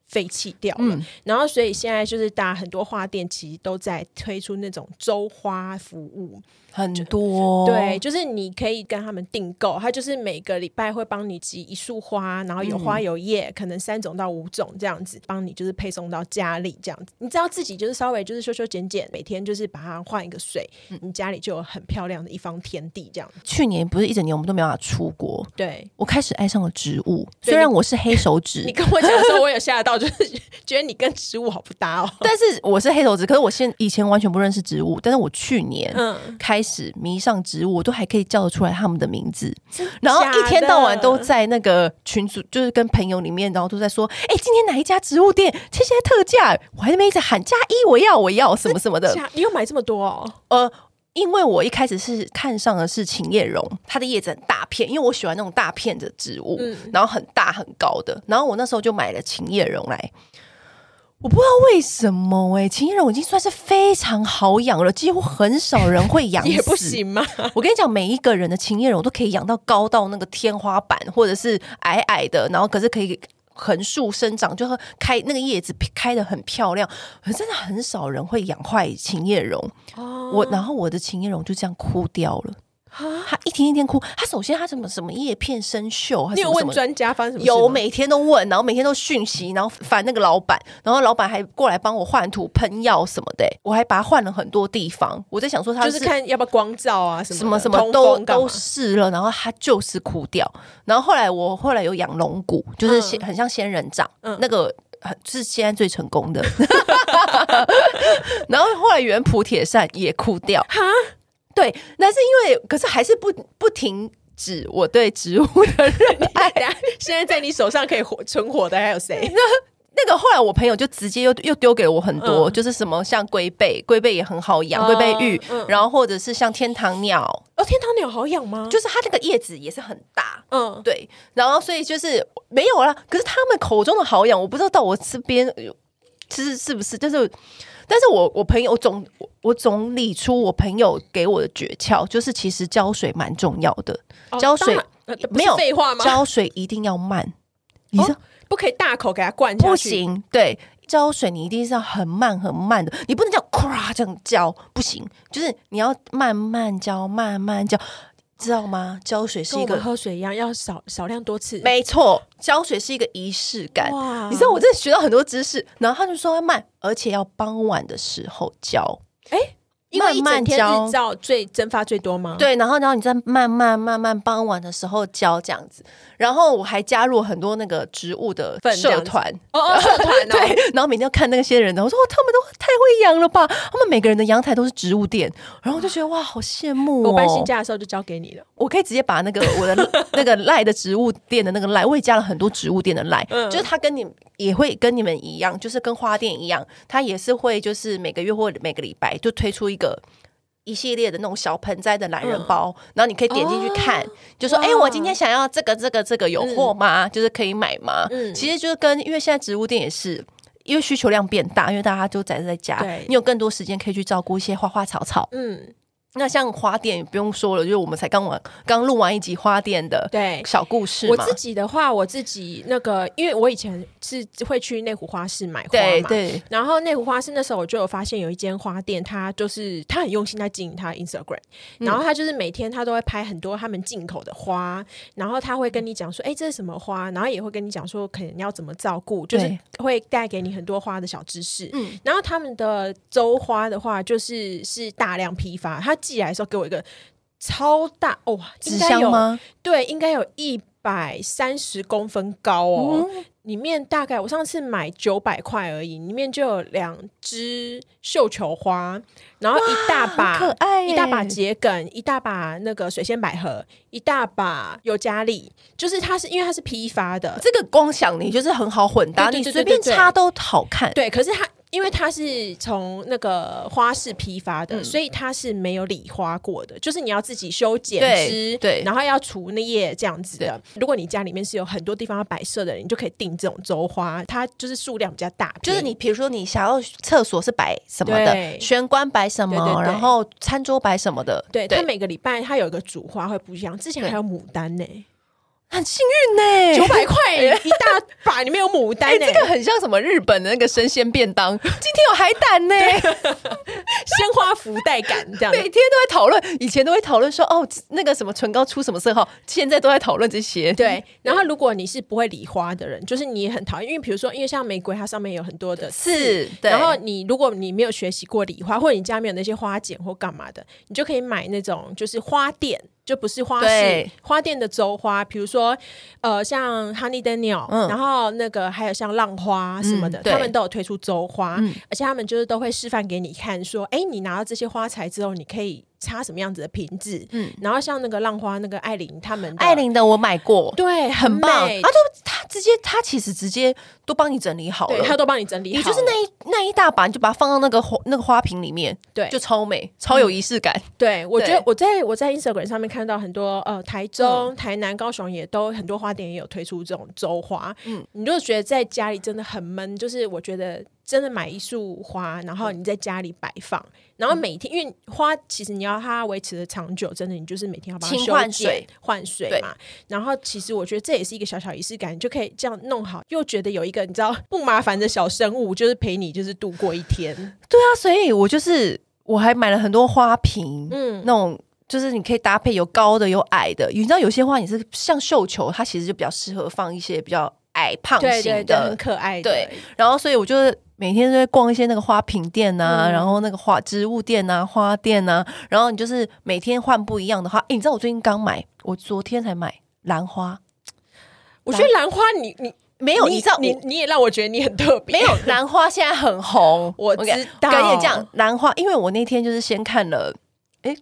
Speaker 2: 废弃掉了。
Speaker 1: 嗯
Speaker 2: 然后所以现在就是大家很多花店其实都在推出那种周花服务，
Speaker 1: 很多，
Speaker 2: 对，就是你可以跟他们订购，他就是每个礼拜会帮你集一束花，然后有
Speaker 1: 嗯
Speaker 2: 花有叶，可能三种到五种这样子，帮你就是配送到家里这样子。你知道自己就是稍微就是修修剪剪，每天就是把它换一个水，
Speaker 1: 嗯
Speaker 2: 你家里就有很漂亮的一方天地这样子。
Speaker 1: 去年不是一整年我们都没有办法出国，
Speaker 2: 对。
Speaker 1: 我开始爱上了植物。
Speaker 2: 对
Speaker 1: 虽然我是黑手 指，
Speaker 2: 你跟我讲的时候，我有吓到，就是觉得你跟植物好不搭哦。
Speaker 1: 但是我是黑手指，可是我现以前完全不认识植物，但是我去年。
Speaker 2: 嗯，
Speaker 1: 开始迷上植物，我都还可以叫得出来他们的名字，然
Speaker 2: 的
Speaker 1: 后一天到晚都在那个群组，就是跟朋友里面，然后都在说，哎、今天哪一家植物店现在特价，我还在那边一直喊加一，我要我要什么什么的，
Speaker 2: 吓你有买这么多哦？
Speaker 1: 呃，因为我一开始是看上的是琴叶榕，它的叶子很大片，因为我喜欢那种大片的植物，
Speaker 2: 嗯
Speaker 1: 然后很大很高的。然后我那时候就买了琴叶榕来。我不知道为什么哎、琴叶榕已经算是非常好养了，几乎很少人会养
Speaker 2: 也不
Speaker 1: 死
Speaker 2: 行吗？
Speaker 1: 我跟你讲，每一个人的琴叶榕都可以养到高到那个天花板，或者是矮矮的，然后可是可以横竖生长，就是开那个叶子开的很漂亮。可是真的很少人会养坏琴叶榕。
Speaker 2: 哦
Speaker 1: 嗯我然后我的琴叶榕就这样枯掉了，他一天一天哭。他首先他什么什么叶片生锈，他
Speaker 2: 你
Speaker 1: 什
Speaker 2: 有
Speaker 1: 么什
Speaker 2: 问
Speaker 1: 么
Speaker 2: 专家发生什么事吗？
Speaker 1: 有每天都问，然后每天都讯息，然后烦那个老板，然后老板还过来帮我换图、喷药什么的、欸我还把它换了很多地方。我在想说他
Speaker 2: 就是看要不要光照啊什么
Speaker 1: 什
Speaker 2: 什
Speaker 1: 么什么都都试了，然后他就是哭掉。然后后来我后来有养龙骨，就是仙、很像仙人掌，
Speaker 2: 嗯
Speaker 1: 那个很是现在最成功的。 然后后来原普铁扇也哭掉，
Speaker 2: 哈，
Speaker 1: 对，那是因为可是还是不不停止我对植物 的热爱。
Speaker 2: 等一下现在在你手上可以活存活的还有谁？
Speaker 1: 那个后来我朋友就直接又又丢给我很多，
Speaker 2: 嗯
Speaker 1: 就是什么像龟背，龟背也很好养，
Speaker 2: 哦
Speaker 1: 龟背玉，
Speaker 2: 嗯
Speaker 1: 然后或者是像天堂鸟，
Speaker 2: 哦，天堂鸟好养吗？
Speaker 1: 就是它那个叶子也是很大。
Speaker 2: 嗯，
Speaker 1: 对，然后所以就是没有啦。可是他们口中的好养，我不知道到我这边呃其实是不是，就是，但是我我朋友我总我我总理出我朋友给我的诀窍，就是其实浇水蛮重要的，
Speaker 2: 哦
Speaker 1: 浇水
Speaker 2: 当然呃不是
Speaker 1: 没有
Speaker 2: 废话吗？
Speaker 1: 浇水一定要慢，你知道、
Speaker 2: 哦不可以大口给它灌下去，
Speaker 1: 不行，对。浇水你一定是要很慢很慢的，你不能叫咵这样浇，不行，就是你要慢慢浇，慢慢浇，知道吗？浇水是
Speaker 2: 跟
Speaker 1: 一
Speaker 2: 我们
Speaker 1: 个，
Speaker 2: 喝水一样，要少少量多次。
Speaker 1: 没错，浇水是一个仪式感。
Speaker 2: 哇
Speaker 1: 你知道我真的学到很多知识，然后他就说要慢，而且要傍晚的时候浇。
Speaker 2: 哎因为一
Speaker 1: 慢
Speaker 2: 整
Speaker 1: 慢
Speaker 2: 天
Speaker 1: 浇
Speaker 2: 日照最蒸发最多吗？，
Speaker 1: 对，然后然后你再慢慢慢慢傍晚的时候浇这样子。然后我还加入很多那个植物的
Speaker 2: 粉这样
Speaker 1: 社
Speaker 2: 子
Speaker 1: 团，
Speaker 2: 哦哦，社团哦，
Speaker 1: 对，然后每天要看那些人，然后我说哇，他们都太会养了吧？他们每个人的阳台都是植物店，然后我就觉得哇，好羡慕哦！
Speaker 2: 我搬新家的时候就交给你了。
Speaker 1: 我可以直接把那个我的 那个赖的植物店的那个赖，我也加了很多植物店的赖，
Speaker 2: 嗯
Speaker 1: 就是它跟你也会跟你们一样，就是跟花店一样，它也是会就是每个月或每个礼拜就推出一个。一系列的那种小盆栽的懒人包，
Speaker 2: 嗯
Speaker 1: 然后你可以点进去看，
Speaker 2: 哦
Speaker 1: 就说：“
Speaker 2: 哇
Speaker 1: 哎、我今天想要这个、这个、这个有货吗？就是可以买吗？”
Speaker 2: 嗯
Speaker 1: 其实就是跟因为现在植物店也是，因为需求量变大，因为大家就宅在家
Speaker 2: 对，
Speaker 1: 你有更多时间可以去照顾一些花花草草。
Speaker 2: 嗯，
Speaker 1: 那像花店也不用说了，就是我们才刚完刚录完一集花店的
Speaker 2: 对。
Speaker 1: 小故事
Speaker 2: 我
Speaker 1: 嘛
Speaker 2: 自。己的话，我自己那个，因为我以前是会去内湖花市买花
Speaker 1: 对
Speaker 2: 嘛，
Speaker 1: 对，
Speaker 2: 然后内湖花市那时候我就有发现有一间花店，它就是它很用心在经营它的 Instagram，
Speaker 1: 嗯
Speaker 2: 然后它就是每天它都会拍很多他们进口的花，然后他会跟你讲说，哎、这是什么花，然后也会跟你讲说可能要怎么照顾，就是
Speaker 1: 对
Speaker 2: 会带给你很多花的小知识。
Speaker 1: 嗯
Speaker 2: 然后他们的周花的话，就是是大量批发，他寄来的时候给我一个超大哦，
Speaker 1: 纸
Speaker 2: 应该有
Speaker 1: 箱？吗？
Speaker 2: 对，应该有一百三十公分高哦。
Speaker 1: 嗯
Speaker 2: 里面大概我上次买九百块而已，里面就有两只绣球花，然后一大
Speaker 1: 很可
Speaker 2: 把
Speaker 1: 爱耶，
Speaker 2: 一大把桔梗，一大把那个水仙百合，一大把尤加利，就是它是因为它是批发的，
Speaker 1: 这个光想你就是很好混搭，
Speaker 2: 对对
Speaker 1: 你
Speaker 2: 对
Speaker 1: 随
Speaker 2: 对
Speaker 1: 便
Speaker 2: 对对
Speaker 1: 插都好看。
Speaker 2: 对，可是它。因为它是从那个花市批发的，
Speaker 1: 嗯
Speaker 2: 所以它是没有理花过的，就是你要自己修剪
Speaker 1: 对
Speaker 2: 枝，
Speaker 1: 对
Speaker 2: 然后要除那叶这样子的。如果你家里面是有很多地方要摆设的人，你就可以订这种周花，它就是数量比较大，
Speaker 1: 就是
Speaker 2: 便宜
Speaker 1: 你，比如说你想要厕所是摆什么的，
Speaker 2: 对
Speaker 1: 玄关摆什么，
Speaker 2: 对对对
Speaker 1: 然后餐桌摆什么的，
Speaker 2: 对，它每个礼拜它有一个主花会不一样，之前还有牡丹呢、
Speaker 1: 很幸运呢。
Speaker 2: 九百块一大把，里面有牡 丹
Speaker 1: 哎，
Speaker 2: 呢、
Speaker 1: 这个很像什么日本的那个生鲜便当，今天有海胆呢。
Speaker 2: 鲜花福袋感这样。
Speaker 1: 每天都在讨论，以前都会讨论说哦，那个什么唇膏出什么色号，现在都在讨论这些。
Speaker 2: 对，然后如果你是不会理花的人，就是你也很讨厌，因为比如说，因为像玫瑰，它上面有很多的
Speaker 1: 是，对
Speaker 2: 然后你如果你没有学习过理花，或者你家没有那些花剪或干嘛的，你就可以买那种就是花店，就不是花市
Speaker 1: 对
Speaker 2: 花店的周花，比如说呃像 Honey Daniel，、
Speaker 1: 嗯
Speaker 2: 然后那个还有像浪花什么的，
Speaker 1: 嗯对
Speaker 2: 他们都有推出周花，
Speaker 1: 嗯
Speaker 2: 而且他们就是都会示范给你看，说哎，诶你拿到这些花材之后，你可以插什么样子的瓶子，
Speaker 1: 嗯
Speaker 2: 嗯，然后像那个浪花那个艾琳他们的
Speaker 1: 艾。琳的我买过，
Speaker 2: 对，
Speaker 1: 很棒，
Speaker 2: 美
Speaker 1: 他都他直接他其实直接都帮你整理好
Speaker 2: 对，他
Speaker 1: 了。
Speaker 2: 都帮你整理
Speaker 1: 也
Speaker 2: 好了，
Speaker 1: 就是那一那一大把，你就把它放到那个花那个花瓶里面，
Speaker 2: 对
Speaker 1: 就超美，超有仪式感。
Speaker 2: 对，我觉
Speaker 1: 对嗯
Speaker 2: 得我在我在 Instagram 上面看到很多呃，台中、台南、高雄也都很多花店也有推出这种周花。
Speaker 1: 嗯
Speaker 2: 嗯，你就觉得在家里真的很闷，就是我觉得真的买一束花，然
Speaker 1: 嗯
Speaker 2: 后你在家里摆放，然后每天、因为花其实你要它维持的长久，真的你就是每天要帮它
Speaker 1: 勤
Speaker 2: 修
Speaker 1: 换
Speaker 2: 剪
Speaker 1: 水
Speaker 2: 换水
Speaker 1: 对
Speaker 2: 嘛。然后其实我觉得这也是一个小小仪式感，你就可以这样弄好，又觉得有一个你知道不麻烦的小生物，就是陪你就是度 过一天。
Speaker 1: 对啊，所以我就是我还买了很多花瓶，
Speaker 2: 嗯，
Speaker 1: 那种就是你可以搭配有高的有矮的，你知道有些花你是像绣球，它其实就比较适合放一些比较矮胖
Speaker 2: 对
Speaker 1: 型
Speaker 2: 对
Speaker 1: 的，
Speaker 2: 对，很可爱的，
Speaker 1: 对然后所以我就是每天都在逛一些那个花瓶店呐、
Speaker 2: 嗯
Speaker 1: 然后那个花植物店呐、花店呐、然后你就是每天换不一样的花。哎诶，你知道我最近刚买，我昨天才买兰花，
Speaker 2: 我觉得兰花你你
Speaker 1: 没有，
Speaker 2: 你
Speaker 1: 你知道
Speaker 2: 你
Speaker 1: 我
Speaker 2: 你也让我觉得你很特别，
Speaker 1: 没有兰花现在很红，
Speaker 2: 我
Speaker 1: 跟
Speaker 2: 知道
Speaker 1: 跟你讲，兰花，因为我那天就是先看了，诶，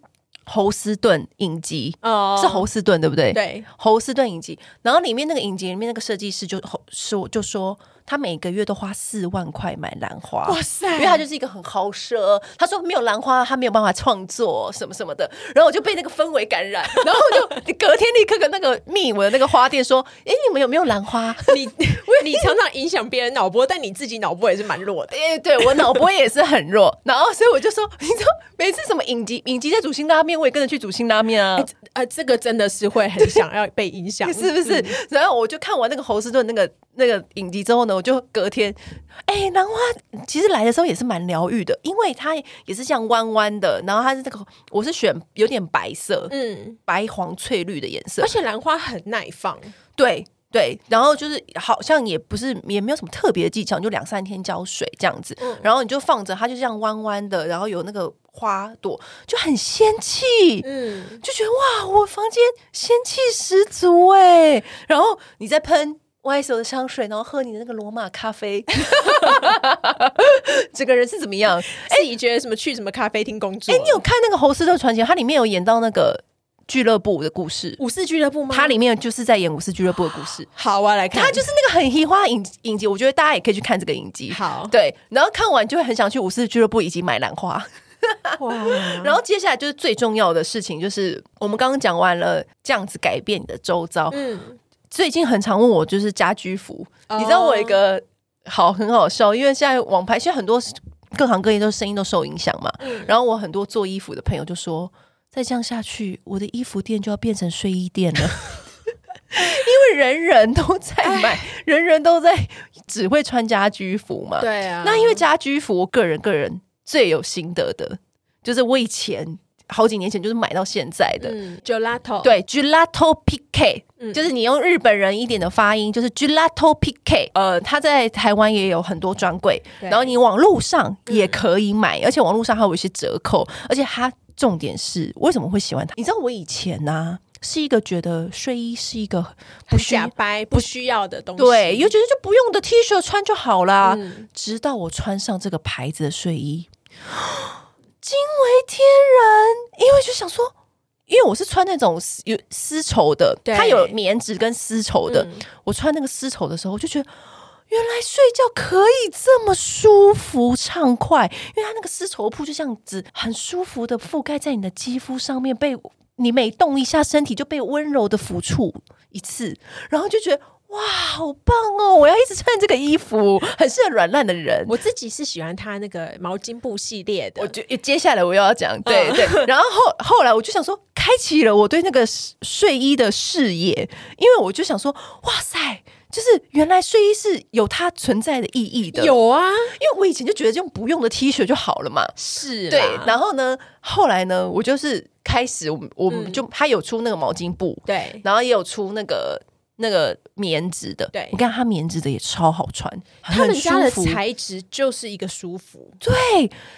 Speaker 1: 侯斯顿影集。
Speaker 2: 哦
Speaker 1: 是侯斯顿对不对？
Speaker 2: 对
Speaker 1: 侯斯顿影集，然后里面那个影集里面那个设计师就侯说就说他每个月都花四万块买兰花，
Speaker 2: 哇塞，
Speaker 1: 因为他就是一个很豪奢。他说没有兰花，他没有办法创作什么什么的。然后我就被那个氛围感染，然后我就隔天立刻跟那个密我的那个花店说：“哎、你们有没有兰花？”
Speaker 2: 你你常常影响别人脑波，但你自己脑波也是 蛮弱的。
Speaker 1: 哎、对我脑波也是很弱，然后所以我就说，你知道每次什么影集影集在煮新拉面，我也跟着去煮新拉面啊，
Speaker 2: 呃，这个真的是会很想要被影 响，
Speaker 1: 是不是？然后我就看完那个侯斯顿那个那个影集之后呢，我就隔天，哎、兰花其实来的时候也是蛮疗愈的，因为它也是像弯弯的，然后它是这个我是选有点白色，
Speaker 2: 嗯，
Speaker 1: 白黄翠绿的颜色
Speaker 2: 而，且兰花很耐放，
Speaker 1: 对对，然后就是好像也不是也没有什么特别的技巧，你就两三天浇水这样子，
Speaker 2: 嗯
Speaker 1: 然后你就放着它就这样弯弯的，然后有那个花朵就很仙气，
Speaker 2: 嗯，
Speaker 1: 就觉得哇，我房间仙气十足哎，然后你再喷。YSL 的香水，然后喝你的那个罗马咖 啡， 整个人是怎么样？
Speaker 2: 自己觉得什么去什么咖啡厅工作？
Speaker 1: 哎、你有看那个《侯斯特传奇》？它里面有演到那个俱乐部的故事，
Speaker 2: 五四俱乐部吗？
Speaker 1: 它里面就是在演五四俱乐部的故事。
Speaker 2: 好啊，来 看，
Speaker 1: 它就是那个很嘻花的影影集，我觉得大家也可以去看这个影集。
Speaker 2: 好
Speaker 1: 对，然后看完就会很想去五四俱乐部以及买兰花。
Speaker 2: 哇，
Speaker 1: 然后接下来就是最重要的事情，就是我们刚刚讲完了这样子改变你的周遭。
Speaker 2: 嗯，
Speaker 1: 最近很常问我就是家居服，你知道我有一
Speaker 2: 哦
Speaker 1: 个好很好笑，因为现在网拍现在很多各行各业都生意都受影响嘛。
Speaker 2: 嗯
Speaker 1: 然后我很多做衣服的朋友就说，再这样下去，我的衣服店就要变成睡衣 店了。因为人人都在
Speaker 2: 哎
Speaker 1: 买，人人都在只会穿家居服嘛。
Speaker 2: 对啊，
Speaker 1: 那因为家居服，我个人个人最有心得的，就是我以前好几年前就是买到现在的，
Speaker 2: 嗯，gelato，，
Speaker 1: 对，Gelato PK，、
Speaker 2: 嗯
Speaker 1: 就是你用日本人一点的发音，就是 Gelato PK。呃，它在台湾也有很多专柜，
Speaker 2: 对
Speaker 1: 然后你网络上也可以买，而且网络上还有一些折扣，
Speaker 2: 嗯
Speaker 1: 而且它重点是为什么会喜欢它？你知道我以前呢、是一个觉得睡衣是一个不
Speaker 2: 不
Speaker 1: 需
Speaker 2: 假掰，不需要的东西，
Speaker 1: 对，又觉得就不用的 T 恤穿就好啦。
Speaker 2: 嗯
Speaker 1: 直到我穿上这个牌子的睡衣， 惊为天人，因为就想说。因为我是穿那种丝有丝绸的，
Speaker 2: 对
Speaker 1: 它有棉质跟丝绸的。
Speaker 2: 嗯
Speaker 1: 我穿那个丝绸的时候，我就觉得原来睡觉可以这么舒服畅快，因为它那个丝绸铺就这样子很舒服的覆盖在你的肌肤上面，被你每动一下身体就被温柔的抚触一次，然后就觉得。哇，好棒哦！我要一直穿这个衣服，很适合软烂的人。
Speaker 2: 我自己是喜欢它那个毛巾布系列 的，
Speaker 1: 我就接下来我又要讲，对对。然后后后来我就想说，开启了我对那个睡衣的视野，因为我就想说，哇塞，就是原来睡衣是有它存在的意义的。，
Speaker 2: 有啊，
Speaker 1: 因为我以前就觉得用不用的 T 恤就好了嘛。
Speaker 2: 是
Speaker 1: 对，
Speaker 2: 后
Speaker 1: 然后呢，后来呢，我就是开始，我们我们就、它有出那个毛巾布，
Speaker 2: 嗯对
Speaker 1: 然后也有出那个那个棉质的。
Speaker 2: 对
Speaker 1: 你看它棉质的也超好穿，
Speaker 2: 他们家的
Speaker 1: 很舒服
Speaker 2: 材质就是一个舒服，
Speaker 1: 对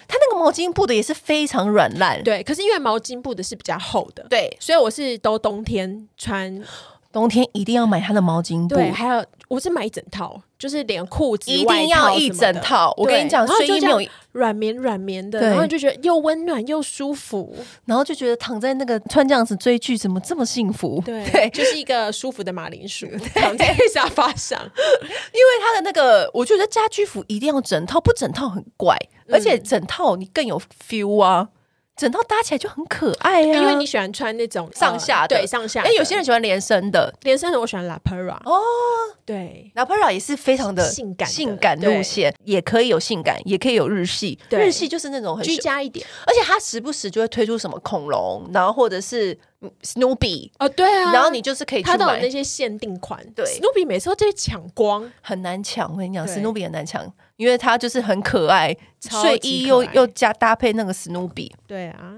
Speaker 1: 它那个毛巾布的也是非常软烂。
Speaker 2: 对。可是因为毛巾布的是比较厚的，
Speaker 1: 对，
Speaker 2: 所以我是都冬天穿。
Speaker 1: 冬天一定要买它的毛巾布，
Speaker 2: 对，还有我是买一整套，就是连裤子
Speaker 1: 一定要一整套。我跟你讲，睡
Speaker 2: 睡
Speaker 1: 衣没有，
Speaker 2: 软绵软绵的，
Speaker 1: 对
Speaker 2: 然后你就觉得又温暖又舒服，
Speaker 1: 然后就觉得躺在那个穿这样子追剧，怎么这么幸福？
Speaker 2: 对，
Speaker 1: 因
Speaker 2: 就是一个舒服的马铃薯躺 在沙发上，
Speaker 1: 为它的那个，我觉得家居服一定要整套，不整套很怪，而且
Speaker 2: 嗯
Speaker 1: 整套你更有 feel 啊，整套搭起来就很可爱啊。
Speaker 2: 因为你喜欢穿那种呃
Speaker 1: 上下的
Speaker 2: 对上下的，
Speaker 1: 哎，有些人喜欢连身的
Speaker 2: 连身的我喜欢 La Pera 哦，对，
Speaker 1: l a p e r a 也是非常的
Speaker 2: 性感的
Speaker 1: 性感路线，也可以有性感，也可以有日系，
Speaker 2: 对
Speaker 1: 日系就是那种很
Speaker 2: 居家一点
Speaker 1: 而且他时不时就会推出什么恐龙，然后或者是嗯 Snoopy，、
Speaker 2: 哦，对啊，
Speaker 1: 然后你就是可以去
Speaker 2: 他都有那
Speaker 1: 买，
Speaker 2: 些限定款，
Speaker 1: 对
Speaker 2: 史努比每次都在抢光，
Speaker 1: 很难抢。我跟你讲
Speaker 2: 对
Speaker 1: ，Snoopy 很难抢，因为它就是很可爱，
Speaker 2: 超
Speaker 1: 睡
Speaker 2: 级
Speaker 1: 衣又
Speaker 2: 可爱
Speaker 1: 又加搭配那个 Snoopy，
Speaker 2: 对啊，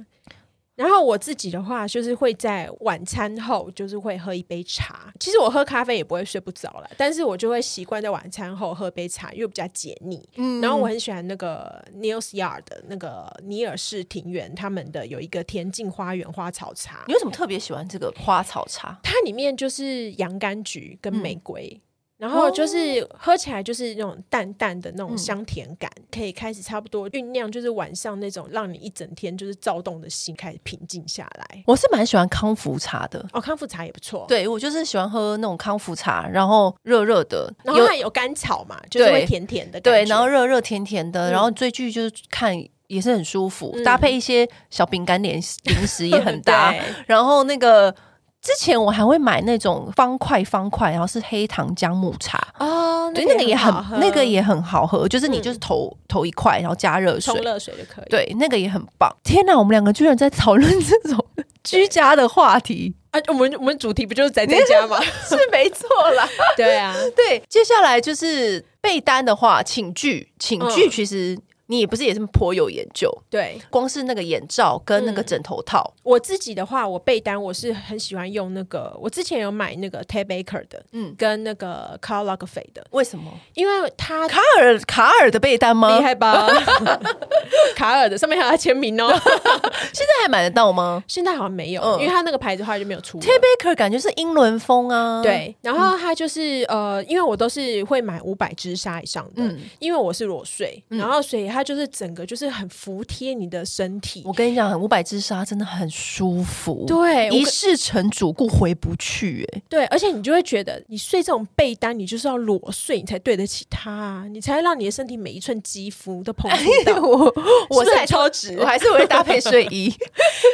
Speaker 2: 然后我自己的话，就是会在晚餐后，就是会喝一杯茶。其实我喝咖啡也不会睡不着了，但是我就会习惯在晚餐后喝杯茶，因为比较解腻。
Speaker 1: 嗯
Speaker 2: 然后我很喜欢那个 Niels Yard 的那个尼尔士庭园，他们的有一个田径花园花草茶
Speaker 1: 你，为什么特别喜欢这个花草茶？
Speaker 2: 它里面就是洋甘菊跟玫瑰。
Speaker 1: 嗯
Speaker 2: 哦然后就是喝起来就是那种淡淡的那种香甜感，可以开始差不多酝酿，就是晚上那种让你一整天就是躁动的心开始平静下来。
Speaker 1: 我是蛮喜欢康福茶的。
Speaker 2: 哦，康复茶也不错，
Speaker 1: 对，我就是喜欢喝那种康福茶，然后热热的，
Speaker 2: 然后它有甘草嘛，就是
Speaker 1: 对
Speaker 2: 会甜甜的感
Speaker 1: 对，
Speaker 2: 觉
Speaker 1: 然后热热甜甜的，
Speaker 2: 嗯
Speaker 1: 然后追剧就是看也是很舒服，
Speaker 2: 嗯。
Speaker 1: 搭配一些小饼干点零食也很搭
Speaker 2: 对
Speaker 1: 然后那个之前我还会买那种方块方块，然后是黑糖姜母茶。
Speaker 2: 哦，
Speaker 1: 对，那个也
Speaker 2: 好喝
Speaker 1: 很，那个也很好喝，就是你
Speaker 2: 嗯
Speaker 1: 就是投、投一块，然后加热水
Speaker 2: 冲，热水就可以。
Speaker 1: 对，那个也很棒。天哪，我们两个居然在讨论这种居家的话题，
Speaker 2: 啊，我们我们主题不就是宅在 家吗？
Speaker 1: 是没错啦。
Speaker 2: 对啊，
Speaker 1: 对，接下来就是被单的话，寝具，寝具
Speaker 2: 嗯
Speaker 1: 其实你也不是也是颇有研究，
Speaker 2: 对
Speaker 1: 光是那个眼罩跟那个枕头套，
Speaker 2: 我自己的话，我被单我是很喜欢用那个，我之前有买那个 Ted Baker 的，
Speaker 1: 嗯
Speaker 2: 嗯，跟那个 Carl Lagerfeld 的，
Speaker 1: 为什么？
Speaker 2: 因为它
Speaker 1: 卡尔卡尔的被单吗？
Speaker 2: 厉
Speaker 1: 现
Speaker 2: 害吧？ 卡尔的上面还有他签名 哦，
Speaker 1: 在还买得到吗
Speaker 2: 现在好像没有，
Speaker 1: 嗯
Speaker 2: 因为他那个牌子后来就没有出了。
Speaker 1: ？Tay Baker E 感觉是英伦风啊，，
Speaker 2: 对，然后它就是、呃，因为我都是会买五百支纱以上的，
Speaker 1: 嗯
Speaker 2: 因为我是裸睡，
Speaker 1: 嗯
Speaker 2: 然后所以它就是整个就是很服帖你的身体
Speaker 1: 我。跟你讲，五百之沙真的很舒服，，
Speaker 2: 对，我
Speaker 1: 一
Speaker 2: 跟
Speaker 1: 世成主顾回不去、 哎，
Speaker 2: 对，而且你就会觉得，你睡这种被单，你就是要裸睡，你才对得起它、你才让你的身体每一寸肌肤 都碰触到。
Speaker 1: 我我是
Speaker 2: 是不是
Speaker 1: 还
Speaker 2: 很超值
Speaker 1: 我，还是会搭配睡衣，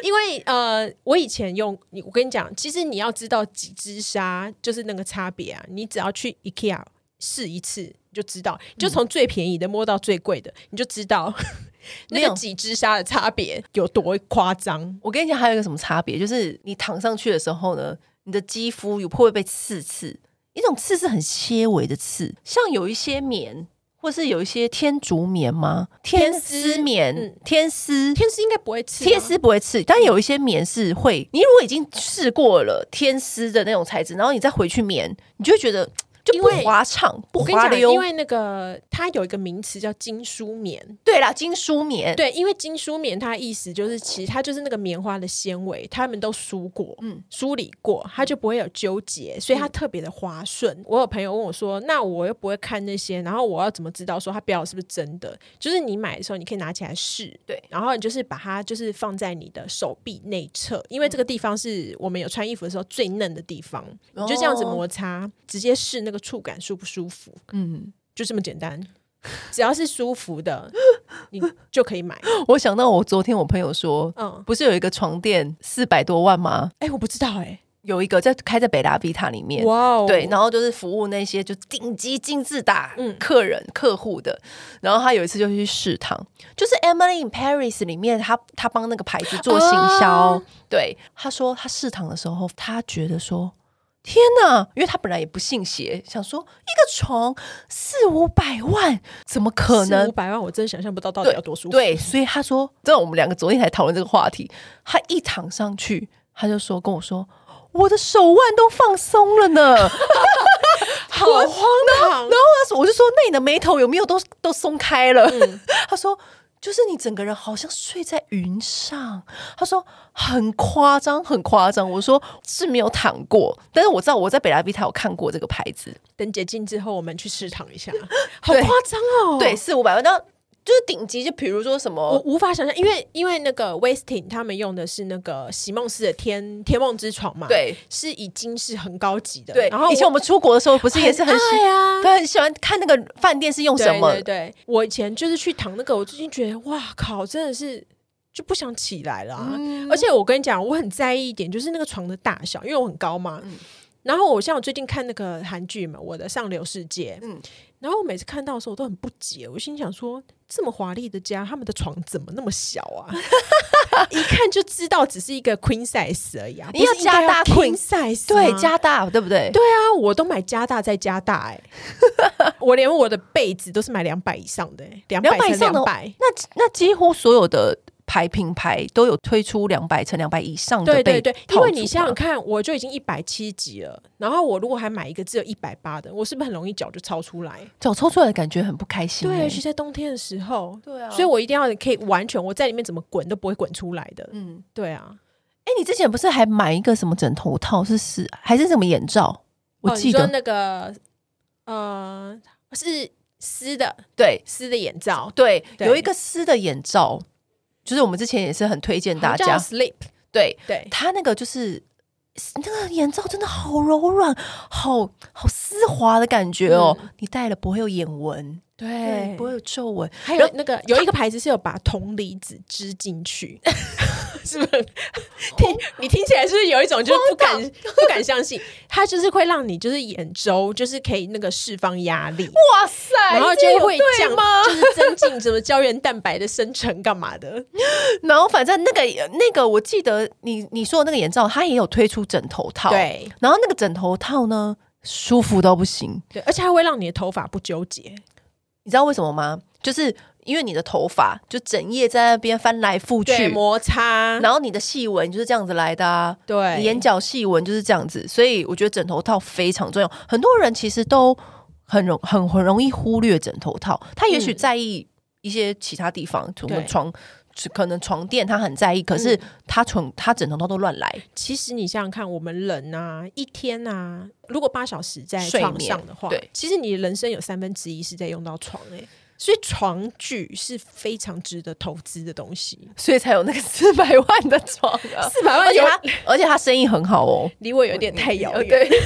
Speaker 2: 因为呃，我以前用你，我跟你讲，其实你要知道几支纱就是那个差别啊，你只要去 IKEA 试一次你就知道，
Speaker 1: 嗯
Speaker 2: 你就从最便宜的摸到最贵的，你就知道 那
Speaker 1: 没有
Speaker 2: 个几支纱的差别有多夸张。
Speaker 1: 我跟你讲，还有一个什么差别，就是你躺上去的时候呢，你的肌肤会不会被刺刺？一种刺是很纤维的刺，像有一些棉，或是有一些天竺棉吗？天
Speaker 2: 天
Speaker 1: 丝
Speaker 2: 丝
Speaker 1: 棉、
Speaker 2: 嗯
Speaker 1: 天丝。
Speaker 2: 天丝应该不会吃、啊，
Speaker 1: 天丝不会刺，但有一些棉是会。你如果已经试过了天丝的那种材质，然后你再回去棉，你就会觉得嘖就
Speaker 2: 因
Speaker 1: 不
Speaker 2: 为
Speaker 1: 滑畅、不
Speaker 2: 我跟你
Speaker 1: 滑
Speaker 2: 讲，
Speaker 1: 溜
Speaker 2: 因。为那个它有一个名词叫精梳棉，
Speaker 1: 对啦，精梳棉，
Speaker 2: 对，因为精梳棉它的意思就是，其实它就是那个棉花的纤维，它们都梳过，
Speaker 1: 嗯
Speaker 2: 嗯，梳理过，它就不会有纠结，所以它特别的滑顺。我有朋友问我说，那我又不会看那些，然后我要怎么知道说它标的是不是真的？就是你买的时候，你可以拿起来试，
Speaker 1: 对
Speaker 2: 然后你就是把它就是放在你的手臂内侧，因为这个地方是我们有穿衣服的时候最嫩的地方，你就这样子
Speaker 1: 嗯哦
Speaker 2: 摩擦，直接试那个触感舒不舒服，
Speaker 1: 嗯，
Speaker 2: 就这么简 单。只要是舒服的，你就可以买。
Speaker 1: 我想到我昨天我朋友说，
Speaker 2: 嗯，
Speaker 1: 不是有一个床垫四百多万吗？
Speaker 2: 哎、我不知道哎、
Speaker 1: 有一个在开在北达比塔里面，
Speaker 2: 哇哦，
Speaker 1: 对，然后就是服务那些就顶级金字塔
Speaker 2: 嗯
Speaker 1: 客人、客户的。然后他有一次就去试躺，就是《Emily in Paris》里面他他帮那个牌子做行销，
Speaker 2: 哦
Speaker 1: 对，他说他试躺的时候，他觉得说。天呐！因为他本来也不信邪，想说一个床四五百万，怎么可能
Speaker 2: 四五？百万，我真想象不到到底要多舒服。
Speaker 1: 对，所以他说，这我们两个昨天才讨论这个话题，他一躺上去，他就说跟我说，我的手腕都放松了呢。 然后
Speaker 2: 好荒唐。
Speaker 1: 他说，我就说，那你的眉头有没有都都松开了？
Speaker 2: 嗯
Speaker 1: 他说。就是你整个人好像睡在云上，他说很夸张，很夸张。我说是没有躺过，但是我知道我在北拉比塔有看过这个牌子，
Speaker 2: 等解禁之后，我们去试躺一下，好
Speaker 1: 对
Speaker 2: 夸张哦。
Speaker 1: 对，。四五百万，但就是顶级，就比如说什
Speaker 2: 我
Speaker 1: 么，
Speaker 2: 无法想象，因为因为那个 Westin 他们用的是那个席梦思的天天梦之床嘛，，
Speaker 1: 对
Speaker 2: 是已经是很高级的。
Speaker 1: 对。
Speaker 2: 然后
Speaker 1: 以前我
Speaker 2: 我
Speaker 1: 们出国的时候，不是也是很喜
Speaker 2: 爱啊，
Speaker 1: 他很喜欢看那个饭店是用
Speaker 2: 对
Speaker 1: 什么。
Speaker 2: 对对，我以前就是去躺那个，我最近觉得哇靠，真的是就不想起来了、啊。
Speaker 1: 嗯
Speaker 2: 而且我跟你讲，我很在意一点，就是那个床的大小，因为我很高嘛。
Speaker 1: 嗯
Speaker 2: 然后我像我最近看那个韩剧嘛，《我的上流世界》，
Speaker 1: 嗯
Speaker 2: 嗯，然后我每次看到的时候，我都很不解，我心想说，这么华丽的家，他们的床怎么那么小啊？ 一看就知道只是一个 queen size 而已啊，
Speaker 1: 你要
Speaker 2: 不是应该
Speaker 1: 加大 queen-
Speaker 2: queen size，
Speaker 1: 对
Speaker 2: 吗
Speaker 1: 加大，对不对？
Speaker 2: 对啊，我都买加大再加大 哎、我连我的被子都是买两百以上的、欸，两
Speaker 1: 200
Speaker 2: 百
Speaker 1: 以上的
Speaker 2: 两百。
Speaker 1: 那那几乎所有的牌品牌都有推出两百乘两百以上的
Speaker 2: 哦对
Speaker 1: 被
Speaker 2: 对对，因为你
Speaker 1: 套组
Speaker 2: 想想
Speaker 1: 嘛
Speaker 2: 看，我就已经一百七级了，然后我如果还买一个只有一百八的，我是不是很容易脚就超出来？
Speaker 1: 脚抽出来的感觉很不开心、
Speaker 2: 对，
Speaker 1: 欸，
Speaker 2: 尤其在冬天的时候，
Speaker 1: 对啊
Speaker 2: 所以我一定要可以完全我在里面怎么滚都不会滚出来的。
Speaker 1: 嗯，
Speaker 2: 对啊，
Speaker 1: 哎、你之前不是还买一个什么枕头套是是还是什么眼罩？我
Speaker 2: 哦
Speaker 1: 记
Speaker 2: 你说
Speaker 1: 得、
Speaker 2: 那个呃是丝的
Speaker 1: 对
Speaker 2: 丝的眼罩，
Speaker 1: 对，
Speaker 2: 对
Speaker 1: 有一个丝的眼罩，就是我们之前也是很推荐大
Speaker 2: 好像
Speaker 1: 家
Speaker 2: 叫，sleep
Speaker 1: 对
Speaker 2: 对。
Speaker 1: 它那个就是。那个眼罩真的好柔软，好好丝滑的感觉哦！你戴了不会有眼纹，
Speaker 2: 对
Speaker 1: 不会有皱纹，
Speaker 2: 还有那个有一个牌子是有把铜离子织进去， 是不是？ 听你听起来是不是有一种就是不敢 不敢相信？它就是会让你就是眼周就是可以那个释放压力，
Speaker 1: 哇塞，
Speaker 2: 然后就
Speaker 1: 这有
Speaker 2: 会
Speaker 1: 对
Speaker 2: 降，
Speaker 1: 吗？
Speaker 2: 就是增进什么胶原蛋白的生成干嘛的？
Speaker 1: 然后反正那个那个，我记得你你说的那个眼罩，它也有推出枕头套，。
Speaker 2: 对
Speaker 1: 然后那个枕头套呢，舒服到不行，
Speaker 2: 对，而且它会让你的头发不纠结。
Speaker 1: 你知道为什么吗？就是因为你的头发就整夜在那边翻来覆
Speaker 2: 对
Speaker 1: 去，
Speaker 2: 摩擦，
Speaker 1: 然后你的细纹就是这样子来的啊。
Speaker 2: 对
Speaker 1: 你眼角细纹就是这样子，所以我觉得枕头套非常重要。很多人其实都很容很很容易忽略枕头套，他也许
Speaker 2: 嗯
Speaker 1: 在意一些其他地方，什么
Speaker 2: 对嗯
Speaker 1: 床，可能床垫他很在意，可是他床他枕头套都乱来，
Speaker 2: 其实你想想看，我们人啊，一天啊，如果八小时在
Speaker 1: 睡
Speaker 2: 床
Speaker 1: 眠
Speaker 2: 上的话，
Speaker 1: 对
Speaker 2: 其实你人生有三分之一是在用到床诶、所以床具是非常值得投资的东 西。
Speaker 1: 所以才有那个四百万的床啊。
Speaker 2: 四百
Speaker 1: 而
Speaker 2: 万
Speaker 1: 且
Speaker 2: 有
Speaker 1: 他而且他生意很好哦，
Speaker 2: 离我有点太遥
Speaker 1: 呃
Speaker 2: 远，
Speaker 1: 对，对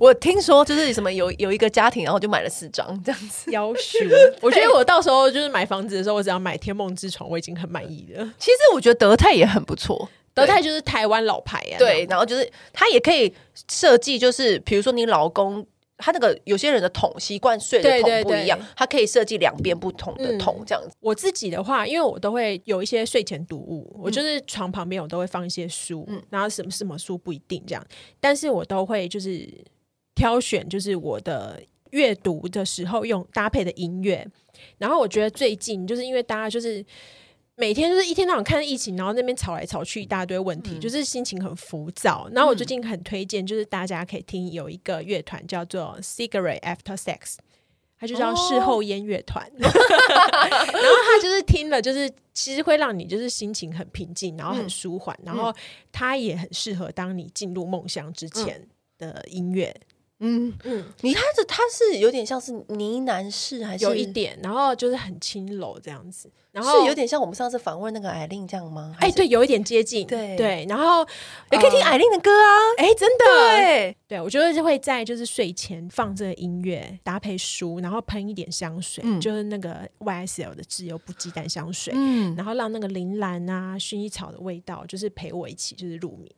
Speaker 1: 我听说就是什么有有一个家庭，然后就买了四张这样子。
Speaker 2: 要 求。我觉得我到时候就是买房子的时候，我只要买天梦之床，我已经很满意了。
Speaker 1: 其实我觉得德泰也很不错，
Speaker 2: 德泰就是台湾老牌呀、啊，
Speaker 1: 对，然后就是它也可以设计，就是比如说你老公。他那个有些人的桶习惯睡的
Speaker 2: 对
Speaker 1: 桶
Speaker 2: 对
Speaker 1: 不一样
Speaker 2: 对，
Speaker 1: 他可以设计两边不同的
Speaker 2: 嗯
Speaker 1: 桶这样子。
Speaker 2: 我自己的话，因为我都会有一些睡前读物，我就是床旁边我都会放一些书，
Speaker 1: 嗯
Speaker 2: 然后什么什么书不一定这样，但是我都会就是挑选就是我的阅读的时候用搭配的音乐，然后我觉得最近就是因为大家就是。每天就是一天到晚看疫情，然后那边吵来吵去一大堆问题，就是心情很浮躁。然后我最近很推荐，就是大家可以听有一个乐团叫做 Cigarette After Sex，它就叫事后烟乐团。 然后他就是听了，就是其实会让你就是心情很平静，然后很舒缓，然后它也很适合当你进入梦乡之前的音乐，
Speaker 1: 嗯嗯
Speaker 2: 嗯，
Speaker 1: 你他的他是有点像是呢喃式，还是
Speaker 2: 有一，点，然后就是很轻柔这样子，然后
Speaker 1: 是有。点像我们上次访问那个艾琳这样吗？
Speaker 2: 哎，
Speaker 1: 还是，
Speaker 2: 对，有一点接近，
Speaker 1: 对
Speaker 2: 对，然后
Speaker 1: 也可以听
Speaker 2: 呃
Speaker 1: 艾琳的歌啊。
Speaker 2: 哎，真的，
Speaker 1: 对，
Speaker 2: 对，我觉得就会在就是睡前放这个音乐，搭配书，然后喷一点香水，
Speaker 1: 嗯
Speaker 2: 就是那个 YSL 的自由不鸡蛋香水，
Speaker 1: 嗯，
Speaker 2: 然后让那个铃兰啊、薰衣草的味道，就是陪我一起就是入眠。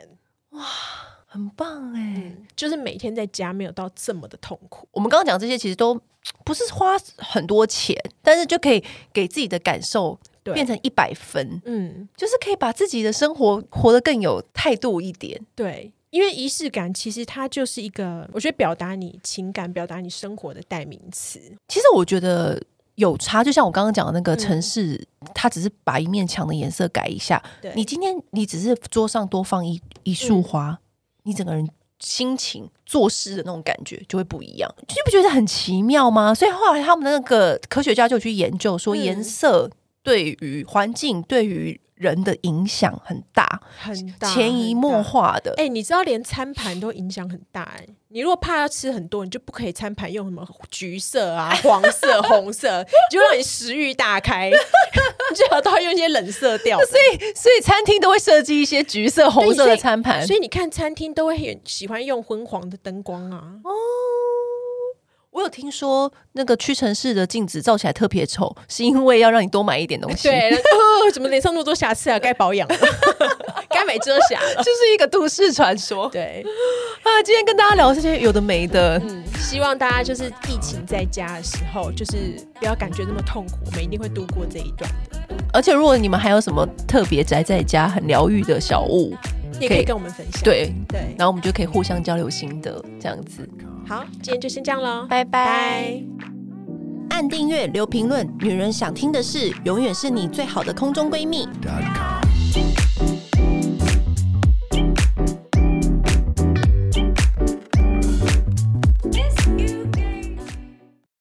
Speaker 1: 很棒哎、
Speaker 2: 嗯，就是每天在家没有到这么的痛苦。
Speaker 1: 我们刚刚讲这些其实都不是花很多钱，但是就可以给自己的感受
Speaker 2: 对
Speaker 1: 变成一百分，
Speaker 2: 嗯，
Speaker 1: 就是可以把自己的生活活得更有态度一点。
Speaker 2: 对，因为仪式感其实它就是一个，我觉得表达你情感、表达你生活的代名词。
Speaker 1: 其实我觉得有差，就像我刚刚讲的那个城市，它只是把一面墙的颜色改一下。
Speaker 2: 对
Speaker 1: 你今天你只是桌上多放一一束花，你整个人。心情做事的那种感觉就会不一样，你不觉得很奇妙吗？所以后来他们那个科学家就有去研究说，
Speaker 2: 嗯
Speaker 1: 颜色对于环境、对于人的影响很大，
Speaker 2: 很大
Speaker 1: 潜移默。
Speaker 2: 很大
Speaker 1: 化的。
Speaker 2: 哎、你知道连餐盘都影响很大哎、你如果怕要吃很多，你就不可以餐盘用什么橘色啊、黄 色、红色，就让你食欲大开。 你最好都要用一些冷色调的。
Speaker 1: 所以餐厅都会设计一些橘色、红色的餐盘，
Speaker 2: 所以你看餐厅都会很喜欢用昏黄的灯光啊。
Speaker 1: 哦，我有听说那个屈臣氏的镜子照起来特别丑，是因为要让你多买一点东西，
Speaker 2: 对，哦，怎么脸上那么多瑕疵啊？该保养了， 该买遮瑕了。
Speaker 1: 就是一个都市传说
Speaker 2: 对，
Speaker 1: 啊。今天跟大家聊这些有的没的，
Speaker 2: 嗯，希望大家就是疫情在家的时候，就是不要感觉那么痛苦，我们一定会度过这一段的。
Speaker 1: 而且如果你们还有什么特别宅在家很疗愈的小物，
Speaker 2: 你也可以跟我们分享。
Speaker 1: 对，
Speaker 2: 对，
Speaker 1: 然后我们就可以互相交流心得，这样子。
Speaker 2: 好，今天就先这样喽，
Speaker 1: 拜拜
Speaker 2: 拜。
Speaker 3: I
Speaker 1: 按订阅、留评论，女人想听的事，永远是你最好的空中闺蜜。
Speaker 3: dot com.